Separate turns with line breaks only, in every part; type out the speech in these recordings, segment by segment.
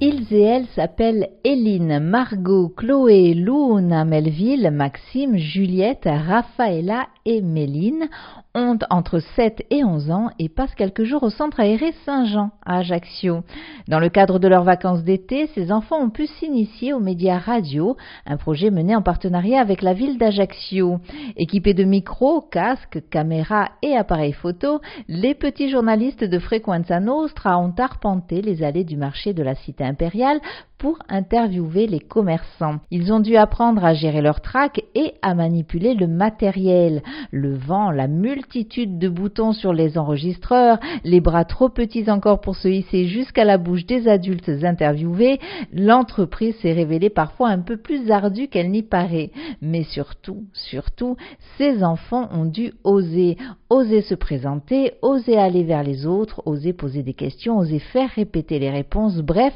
Ils et elles s'appellent Éline, Margot, Chloé, Louna, Melville, Maxime, Juliette, Raphaëla et Méline, ont entre 7 et 11 ans et passent quelques jours au centre aéré Saint-Jean à Ajaccio. Dans le cadre de leurs vacances d'été, ces enfants ont pu s'initier aux médias radio, un projet mené en partenariat avec la ville d'Ajaccio. Équipés de micros, casques, caméras et appareils photo, les petits journalistes de Frequenza Nostra ont arpenté les allées du marché de la cité impériale pour interviewer les commerçants. Ils ont dû apprendre à gérer leur trac et à manipuler le matériel. Le vent, la multitude de boutons sur les enregistreurs, les bras trop petits encore pour se hisser jusqu'à la bouche des adultes interviewés, l'entreprise s'est révélée parfois un peu plus ardue qu'elle n'y paraît. Mais surtout, surtout, ces enfants ont dû oser, oser se présenter, oser aller vers les autres, oser poser des questions, oser faire répéter les réponses. Bref,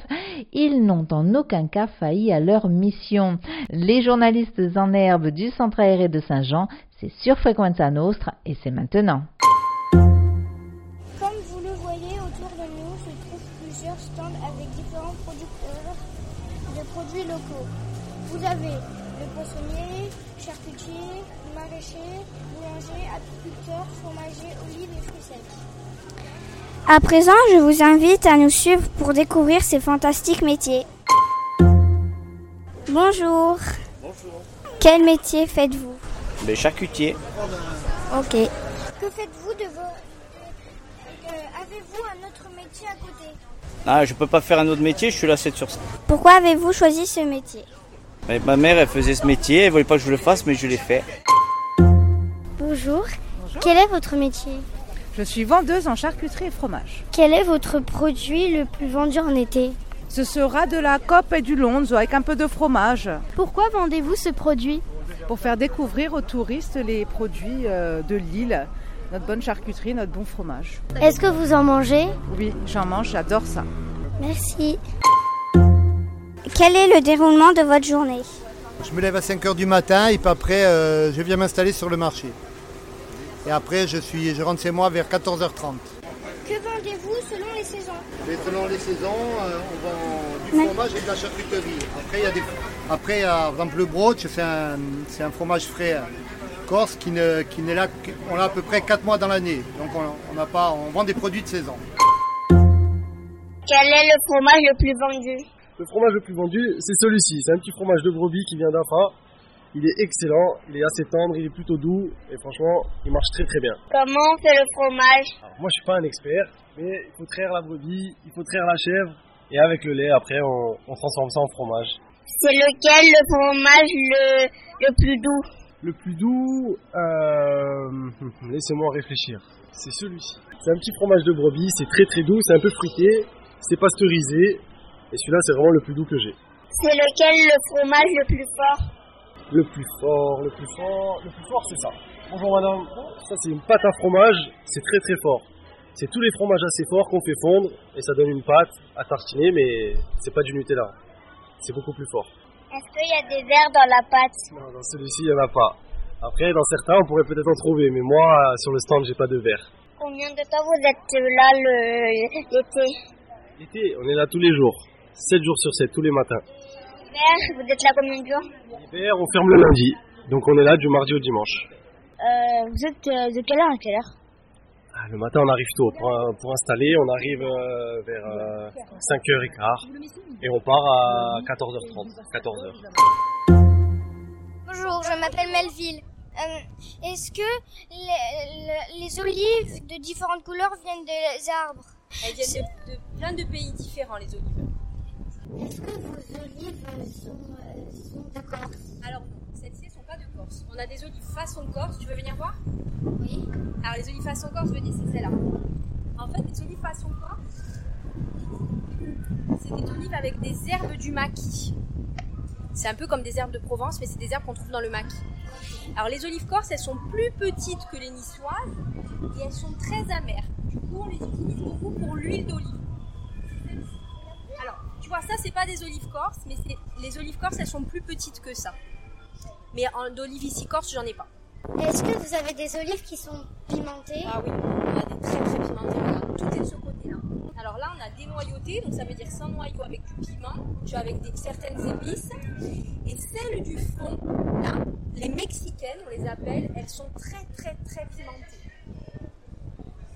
ils n'ont en aucun cas failli à leur mission. Les journalistes en herbe du centre aéré de Saint-Jean, c'est sur Frequenza Nostra et c'est maintenant.
Comme vous le voyez, autour de nous se trouvent plusieurs stands avec différents producteurs de produits locaux. Vous avez le poissonnier, charcutier, maraîcher, boulanger, apiculteur, fromager, olive et fruits secs.
À présent, je vous invite à nous suivre pour découvrir ces fantastiques métiers. Bonjour.
Bonjour.
Quel métier faites-vous
Le Ben, charcutier.
Ok.
Que faites-vous de vos... Euh, avez-vous un autre métier à côté
Ah, je peux pas faire un autre métier, je suis là 7 sur 7.
Pourquoi avez-vous choisi ce métier
Mais Ma mère, elle faisait ce métier, elle voulait pas que je le fasse, mais je l'ai fait.
Bonjour. Quel est votre métier
je suis vendeuse en charcuterie et fromage.
Quel est votre produit le plus vendu en été
Ce sera de la cope et du lonzo avec un peu de fromage.
Pourquoi vendez-vous ce produit
Pour faire découvrir aux touristes les produits euh, de l'île, notre bonne charcuterie, notre bon fromage.
Est-ce que vous en mangez
Oui, j'en mange, j'adore ça.
Merci. Quel est le déroulement de votre journée
Je me lève à 5h du matin et puis après euh, je viens m'installer sur le marché. Et après, je, suis, je rentre chez moi vers 14h30.
Que vendez-vous selon les saisons
Mais Selon les saisons, euh, on vend du fromage et de la charcuterie. Après, il y a des... Après, euh, par exemple, le brooch, c'est un, c'est un fromage frais hein, corse qui, ne, qui n'est là, on l'a à peu près 4 mois dans l'année. Donc, on, n'a pas, on vend des produits de saison.
Quel est le fromage le plus vendu
Le fromage le plus vendu, c'est celui-ci. C'est un petit fromage de brebis qui vient d'Afa. Il est excellent, il est assez tendre, il est plutôt doux et franchement, il marche très très bien.
Comment on fait le fromage
Alors, Moi, je suis pas un expert, mais il faut traire la brebis, il faut traire la chèvre et avec le lait, après, on, on transforme ça en fromage.
C'est lequel le fromage le, le plus doux
Le plus doux, euh, laissez-moi réfléchir. C'est celui-ci. C'est un petit fromage de brebis, c'est très très doux, c'est un peu fruité, c'est pasteurisé et celui-là, c'est vraiment le plus doux que j'ai.
C'est lequel le fromage le plus fort
le plus fort, le plus fort, le plus fort, c'est ça. Bonjour madame, ça c'est une pâte à fromage, c'est très très fort. C'est tous les fromages assez forts qu'on fait fondre et ça donne une pâte à tartiner, mais c'est pas du Nutella. C'est beaucoup plus fort.
Est-ce qu'il y a des verres dans la pâte
Non, dans celui-ci il n'y en a pas. Après, dans certains, on pourrait peut-être en trouver, mais moi, sur le stand, j'ai pas de verre.
Combien de temps vous êtes là le... l'été
L'été, on est là tous les jours, 7 jours sur 7, tous les matins
vous êtes là combien de jours
L'hiver, on ferme le lundi. Donc on est là du mardi au dimanche.
Euh, vous êtes euh, de quelle heure à quelle heure
ah, Le matin, on arrive tôt. Pour, pour installer, on arrive euh, vers 5h15 et on part à 14h30. 14h.
Bonjour, je m'appelle Melville. Euh, Est-ce que les, les, olives de différentes couleurs viennent des arbres
Elles viennent de, de plein de pays différents, les olives.
Est-ce que vos olives sont, euh, sont de Corse
Alors non, celles-ci ne sont pas de Corse. On a des olives façon Corse, tu veux venir voir
Oui.
Alors les olives façon Corse, je veux dire, c'est celles-là. En fait, les olives façon Corse, c'est des olives avec des herbes du maquis. C'est un peu comme des herbes de Provence, mais c'est des herbes qu'on trouve dans le maquis. Alors les olives corses, elles sont plus petites que les niçoises et elles sont très amères. Du coup, on les utilise beaucoup pour l'huile d'olive tu vois, ça, c'est pas des olives corses, mais c'est... les olives corses, elles sont plus petites que ça. Mais en, d'olives ici corse, j'en ai pas.
Est-ce que vous avez des olives qui sont pimentées
Ah oui, on a des très très pimentées. Regarde, tout est de ce côté-là. Alors là, on a dénoyauté, donc ça veut dire sans noyau avec du piment, tu as avec des, certaines épices. Et celles du fond, là, les mexicaines, on les appelle, elles sont très très très pimentées.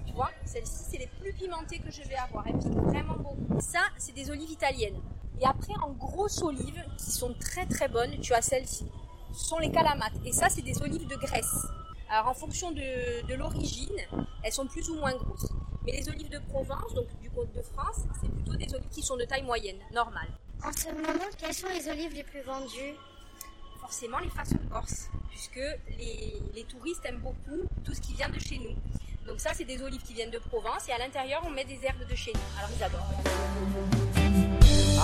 Tu vois, celles-ci, c'est les plus pimentées que je vais avoir. Elles piquent vraiment beaucoup. Ça, c'est des olives italiennes. Et après, en grosses olives, qui sont très très bonnes, tu as celles-ci. Ce sont les calamates. Et ça, c'est des olives de Grèce. Alors, en fonction de, de l'origine, elles sont plus ou moins grosses. Mais les olives de Provence, donc du côte de France, c'est plutôt des olives qui sont de taille moyenne, normale.
En ce moment, quelles sont les olives les plus vendues
Forcément, les façons corse, puisque les, les touristes aiment beaucoup tout ce qui vient de chez nous. Donc ça, c'est des olives qui viennent de Provence et à l'intérieur, on met des herbes de chez nous. Alors, ils adorent.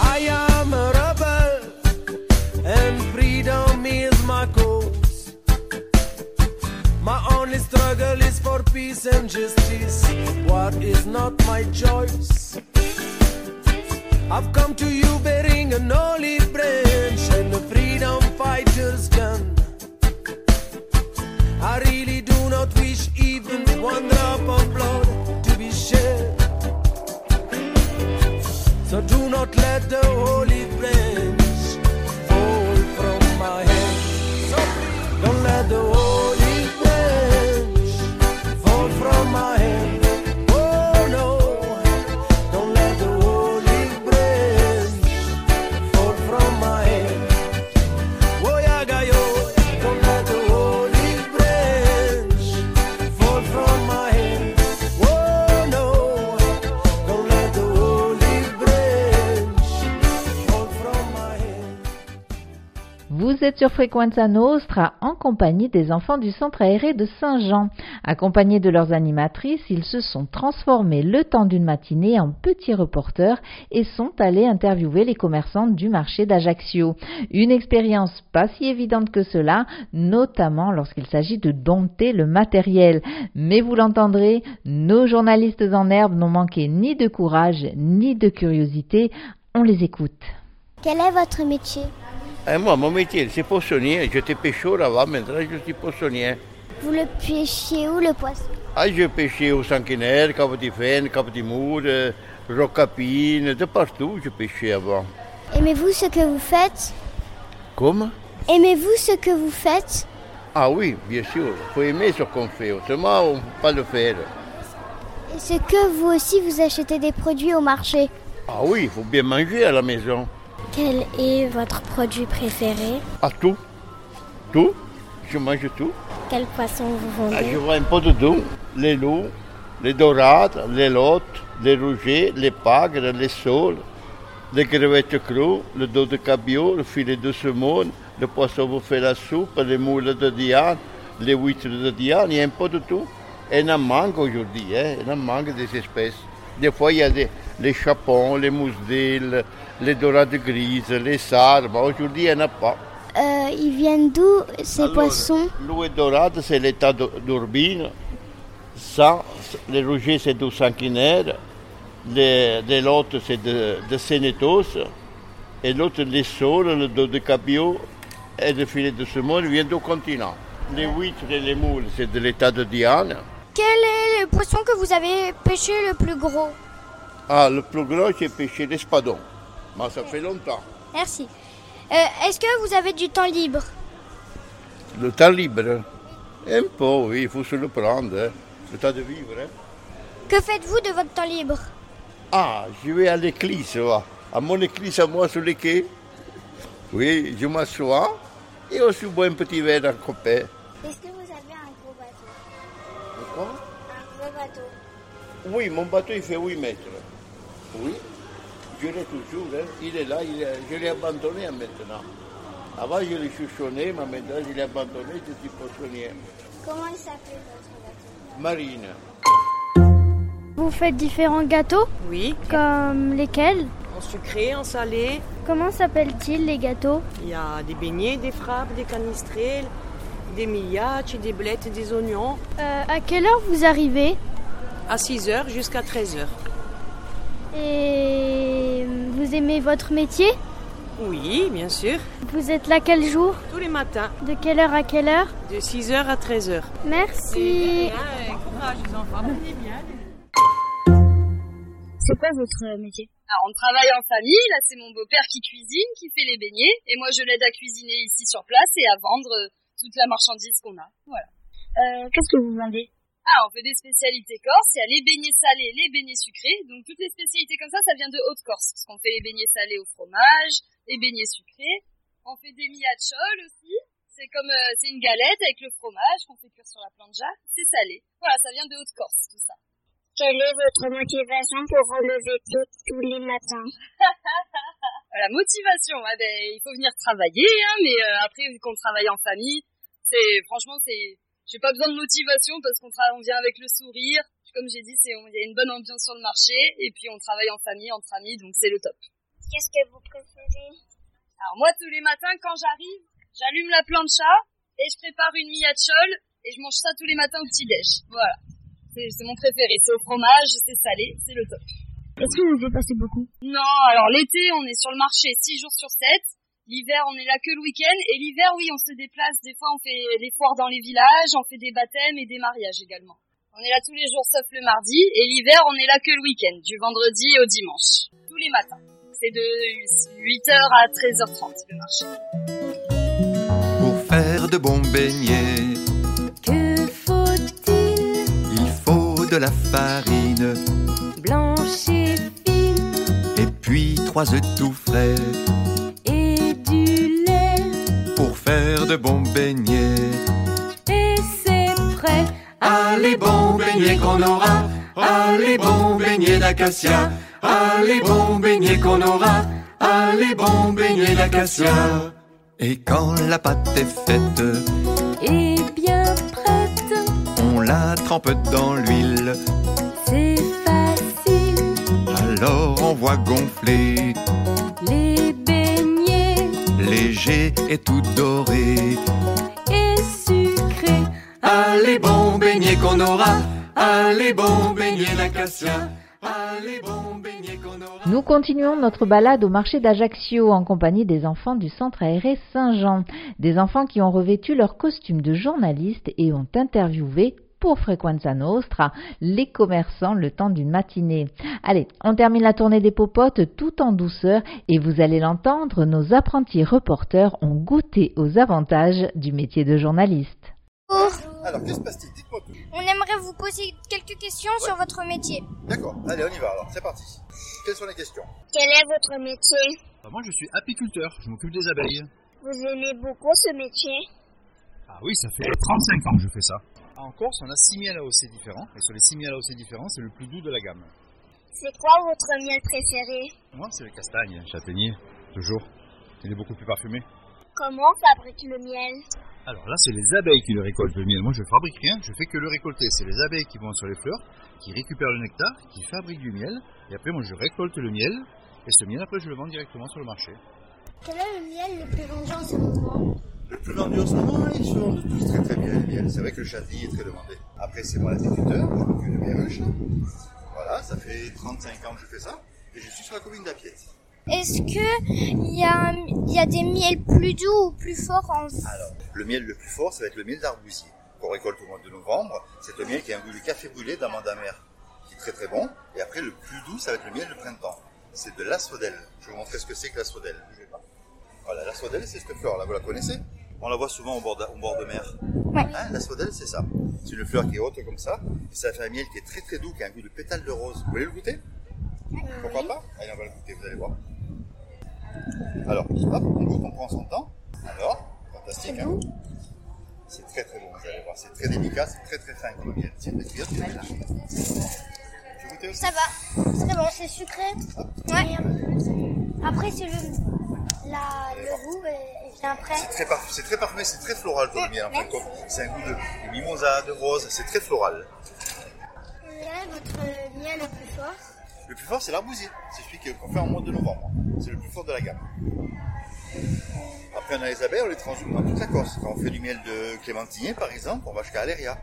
I am a rebel, and freedom is my cause. My only struggle is for peace and justice. What is not my choice? I've come to you bearing an olive branch and a freedom fighter's gun. I really do not wish even one drop of blood to be shed. So do not let the holy branch fall from my hand. So don't let the holy branch fall from my hand. Oh no, don't let the holy branch fall from my hand. Oh yeah, Gaio, don't let the holy branch fall from my hand. Oh no, don't let the holy branch fall from my hand.
Vous êtes sur Frequenza Nostra en compagnie des enfants du centre aéré de Saint-Jean. Accompagnés de leurs animatrices, ils se sont transformés le temps d'une matinée en petits reporters et sont allés interviewer les commerçants du marché d'Ajaccio. Une expérience pas si évidente que cela, notamment lorsqu'il s'agit de dompter le matériel. Mais vous l'entendrez, nos journalistes en herbe n'ont manqué ni de courage ni de curiosité. On les écoute.
Quel est votre métier
Et moi, mon métier, c'est poissonnier. J'étais pêcheur avant, maintenant je suis poissonnier.
Vous le pêchez où le poisson
Ah, je pêchais au Sanquinaire, Cap des Fennes, Cap des Mours, euh, Rocapine, de partout je pêchais avant.
Aimez-vous ce que vous faites
Comme
Aimez-vous ce que vous faites
Ah oui, bien sûr, il faut aimer ce qu'on fait, autrement on ne peut pas le faire.
Est-ce que vous aussi vous achetez des produits au marché
Ah oui, il faut bien manger à la maison.
Quel est votre produit préféré
Ah tout Tout Je mange tout.
Quel poisson vous
Ah, je vois un peu de tout. Les loups, les dorades, les lottes, les rougets, les pagres, les saules, les crevettes crues, le dos de cabillaud, le filet de saumon, le poisson vous fait la soupe, les moules de Diane, les huîtres de Diane, il y a un peu de tout. Et il en manque aujourd'hui, hein, il en manque des espèces. Des fois, il y a des, les chapons, les mousses les dorades grises, les sarbes. Aujourd'hui, il n'y en a pas.
Euh, Ils viennent d'où ces
Alors,
poissons
L'eau est dorade, c'est l'état d'O- d'Urbine. Ça, c'est- les rougets, c'est du sanguinaire. Les, les lottes, c'est de, de Sénétos. Et l'autre, les saules, le dos de cabillaud et le filet de saumon vient du continent. Les huîtres et les moules, c'est de l'état de Diane.
Quel est le poisson que vous avez pêché le plus gros
Ah, le plus gros, j'ai pêché l'espadon. Mais ça fait longtemps.
Merci. Euh, Est-ce que vous avez du temps libre
Le temps libre, un peu, oui, il faut se le prendre. hein. Le temps de vivre. hein.
Que faites-vous de votre temps libre
Ah, je vais à l'église, va. à mon église, à moi, sur les quais. Oui, je m'assois et aussi bois un petit verre d'un copain.
Est-ce que vous avez un gros bateau Un gros bateau.
Oui, mon bateau, il fait 8 mètres. Oui, je l'ai toujours, hein. il est là, il est- je l'ai abandonné hein, maintenant. Avant, je l'ai chouchonné, mais maintenant, je l'ai abandonné, je suis poissonnier.
Comment il s'appelle votre bateau
Marine.
Vous faites différents gâteaux
Oui.
Comme lesquels
En sucré, en salé,
Comment s'appellent-ils les gâteaux
il y a des beignets, des frappes, des canistrelles, des millaches, des blettes, des oignons,
Euh, À quelle heure vous arrivez
à 6h jusqu'à 13h.
Et vous aimez votre métier
Oui, bien sûr.
Vous êtes là quel jour
Tous les matins,
De quelle heure à quelle heure
de 6h à 13h.
Merci.
Ah,
courage les enfants.
C'est quoi
Euh,
votre métier
Alors, on travaille en famille. Là, c'est mon beau-père qui cuisine, qui fait les beignets. Et moi, je l'aide à cuisiner ici sur place et à vendre euh, toute la marchandise qu'on a. Voilà.
Euh, Qu'est-ce que vous vendez
Ah, on fait des spécialités corses. Il y a les beignets salés, les beignets sucrés. Donc, toutes les spécialités comme ça, ça vient de Haute-Corse. Parce qu'on fait les beignets salés au fromage, les beignets sucrés. On fait des miacholes aussi. C'est comme, euh, c'est une galette avec le fromage qu'on fait cuire sur la plancha. C'est salé. Voilà, ça vient de Haute-Corse, tout ça.
Quelle est votre motivation pour relever tôt tous les matins
la motivation, ah ben, il faut venir travailler, hein, mais euh, après, vu qu'on travaille en famille, c'est franchement, c'est, j'ai pas besoin de motivation parce qu'on tra- on vient avec le sourire. Comme j'ai dit, c'est, on- il y a une bonne ambiance sur le marché et puis on travaille en famille, entre amis, donc c'est le top.
Qu'est-ce que vous préférez
Alors moi, tous les matins, quand j'arrive, j'allume la plancha et je prépare une miachole et je mange ça tous les matins au petit-déj. Voilà. C'est, c'est mon préféré. C'est au fromage, c'est salé, c'est le top.
Est-ce que vous dépassez beaucoup
Non, alors l'été, on est sur le marché 6 jours sur 7. L'hiver, on est là que le week-end. Et l'hiver, oui, on se déplace. Des fois, on fait les foires dans les villages, on fait des baptêmes et des mariages également. On est là tous les jours sauf le mardi. Et l'hiver, on est là que le week-end, du vendredi au dimanche. Tous les matins. C'est de 8h à 13h30 le marché.
pour faire de bons beignets.
Que faut-il
Il faut de la farine
Blanche et fine
et puis trois œufs tout frais
et du lait.
pour faire de bons beignets.
Et c'est prêt.
Allez bons beignets qu'on aura, allez bons beignets d'acacia, allez bons beignets qu'on aura, allez bons beignets d'acacia. Et quand la pâte est faite,
Et bien prête.
on la trempe dans l'huile,
C'est facile.
alors on voit gonfler,
Les beignets
léger et tout doré.
et sucrés.
Allez bons beignets qu'on aura, allez bons beignets d'acacia, allez bons beignets qu'on aura.
Nous continuons notre balade au marché d'Ajaccio en compagnie des enfants du centre aéré Saint-Jean, des enfants qui ont revêtu leur costume de journaliste et ont interviewé pour Frequenza Nostra les commerçants le temps d'une matinée. Allez, on termine la tournée des popotes tout en douceur et vous allez l'entendre, nos apprentis reporters ont goûté aux avantages du métier de journaliste.
Alors, que se passe-t-il Dites-moi tout.
On aimerait vous poser quelques questions sur votre métier.
D'accord, allez, on y va alors, c'est parti. Quelles sont les questions
Quel est votre métier
Bah, Moi, je suis apiculteur, je m'occupe des abeilles.
Vous aimez beaucoup ce métier
Ah oui, ça fait 35 ans que je fais ça. En Corse, on a 6 miels à AOC différents, et sur les 6 miels à AOC différents, c'est le plus doux de la gamme.
C'est quoi votre miel préféré
Moi, c'est le castagne, châtaignier, toujours. Il est beaucoup plus parfumé.
Comment on fabrique le miel
Alors là, c'est les abeilles qui le récoltent, le miel. Moi, je fabrique rien, je fais que le récolter. C'est les abeilles qui vont sur les fleurs, qui récupèrent le nectar, qui fabriquent du miel, et après, moi, je récolte le miel, et ce miel, après, je le vends directement sur le marché.
Quel est le miel le plus vendu en ce moment
Le plus vendu en ce moment, ils se vendent tous très très bien les miels. C'est vrai que le châtaignier est très demandé. Après, c'est moi l'agriculteur, je m'occupe de mes ruches. Voilà, ça fait 35 ans que je fais ça, et je suis sur la commune d'Apiette.
Est-ce que il y a, un- il y a des miels plus doux ou plus forts en
Alors, le miel le plus fort, ça va être le miel d'arbousier, qu'on récolte au mois de novembre. C'est un miel qui a un goût de café brûlé d'amande amère, qui est très très bon. Et après, le plus doux, ça va être le miel de printemps. C'est de l'asphodèle. Je vais vous montrer ce que c'est que l'asphodèle. Bougez pas. Voilà, l'asphodèle, c'est cette fleur-là, vous la connaissez On la voit souvent au bord de, au bord de mer. Hein, l'asphodèle, c'est ça. C'est une fleur qui est haute comme ça, et ça fait un miel qui est très très doux, qui a un goût de pétale de rose. Vous voulez le goûter Pourquoi pas Allez, on va le goûter, vous allez voir. Alors, hop, on goûte, on prend son temps. Alors, fantastique, hein C'est très très bon, vous allez voir. C'est très délicat, c'est très très fin comme miel. Tiens, la cuillère, tu la mets là.
Ça va.
C'est bon, c'est sucré.
Oh.
Ouais. Après, c'est le, la, le goût et, et après.
C'est très, parf- c'est très parfumé, c'est très floral comme miel en fait. Comme- C'est un goût de, de mimosa, de rose, c'est très floral.
Quel est votre miel le plus fort
Le plus fort, c'est l'arbousier. C'est celui que- qu'on fait en mois de novembre. C'est le plus fort de la gamme. Après, on a les abeilles, on les transhume dans toute la Corse. Quand on fait du miel de clémentinier, par exemple, on va jusqu'à Aléria.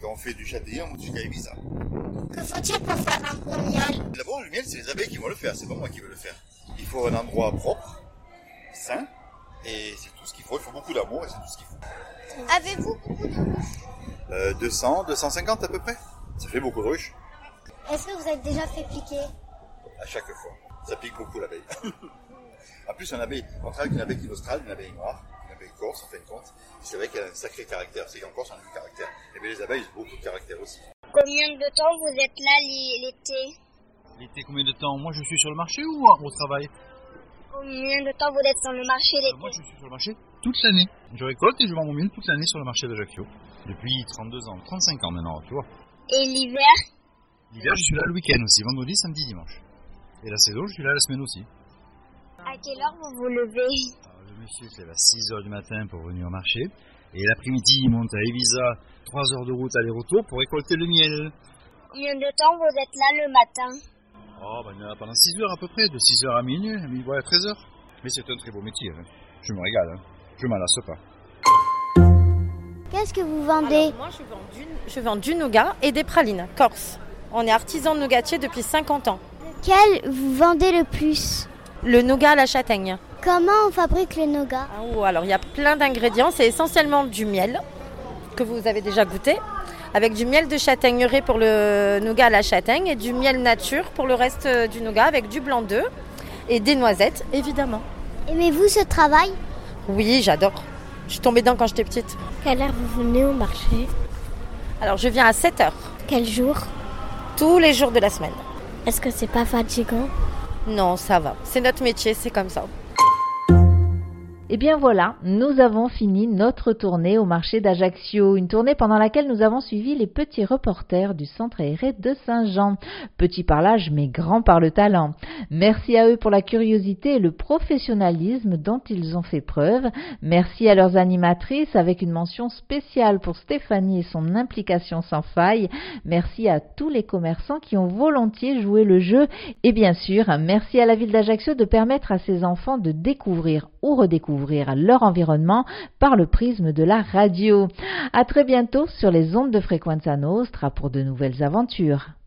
Quand on fait du châtaignier, on monte jusqu'à Ibiza.
Que faut-il pour faire un bon miel
D'abord, le miel, c'est les abeilles qui vont le faire, c'est pas moi qui vais le faire. Il faut un endroit propre, sain, et c'est tout ce qu'il faut. Il faut beaucoup d'amour et c'est tout ce qu'il faut.
Avez-vous beaucoup de
Euh, 200, 250 à peu près Ça fait beaucoup de ruches.
Est-ce que vous êtes déjà fait piquer
à chaque fois. Ça pique beaucoup l'abeille. en plus, une abeille, on travaille avec une abeille qui est australe, une abeille noire, une abeille corse, en fin de compte. Et C'est vrai qu'elle a un sacré caractère. C'est qu'en Corse, on a du caractère. Et bien, les abeilles, ont beaucoup de caractère aussi.
Combien de temps vous êtes là l'hi- l'été
L'été, combien de temps Moi, je suis sur le marché ou au travail
Combien de temps vous êtes sur le marché
Moi,
l'été
je suis sur le marché toute l'année. Je récolte et je vends mon miel toute l'année sur le marché d'Ajaccio. Depuis 32 ans, 35 ans maintenant, tu vois.
Et l'hiver
L'hiver, je suis là le week-end aussi, vendredi, samedi, dimanche. Et la saison, je suis là la semaine aussi.
À quelle heure vous vous levez
Alors, le monsieur se lève à 6h du matin pour venir au marché. Et l'après-midi, il monte à Evisa, 3 heures de route aller-retour pour récolter le miel.
Combien de temps vous êtes là le matin
Oh, ben, il y en a pendant 6 heures à peu près, de 6 heures à minuit, à minuit, voilà, 13 heures. Mais c'est un très beau métier, hein. je me régale, hein. je m'en lasse pas.
Qu'est-ce que vous vendez
Moi, je vends, du, je vends du nougat et des pralines, corse. On est artisan de nougatier depuis 50 ans.
Quel vous vendez le plus
Le nougat à la châtaigne.
Comment on fabrique le nougat
Ah, ou alors, il y a plein d'ingrédients. C'est essentiellement du miel, que vous avez déjà goûté, avec du miel de châtaigneraie pour le nougat à la châtaigne et du miel nature pour le reste euh, du nougat, avec du blanc d'œuf et des noisettes, évidemment.
Aimez-vous ce travail
Oui, j'adore. Je suis tombée dedans quand j'étais petite.
Quelle heure vous venez au marché
Alors, je viens à 7 heures.
Quel jour
Tous les jours de la semaine.
Est-ce que c'est pas fatigant
Non, ça va. C'est notre métier, c'est comme ça.
Et Eh bien voilà, nous avons fini notre tournée au marché d'Ajaccio, une tournée pendant laquelle nous avons suivi les petits reporters du centre aéré de Saint-Jean. Petits par l'âge, mais grands par le talent. Merci à eux pour la curiosité et le professionnalisme dont ils ont fait preuve. Merci à leurs animatrices avec une mention spéciale pour Stéphanie et son implication sans faille. Merci à tous les commerçants qui ont volontiers joué le jeu. Et bien sûr, merci à la ville d'Ajaccio de permettre à ses enfants de découvrir ou redécouvrir leur environnement par le prisme de la radio. À très bientôt sur les ondes de Frequenza Nostra pour de nouvelles aventures.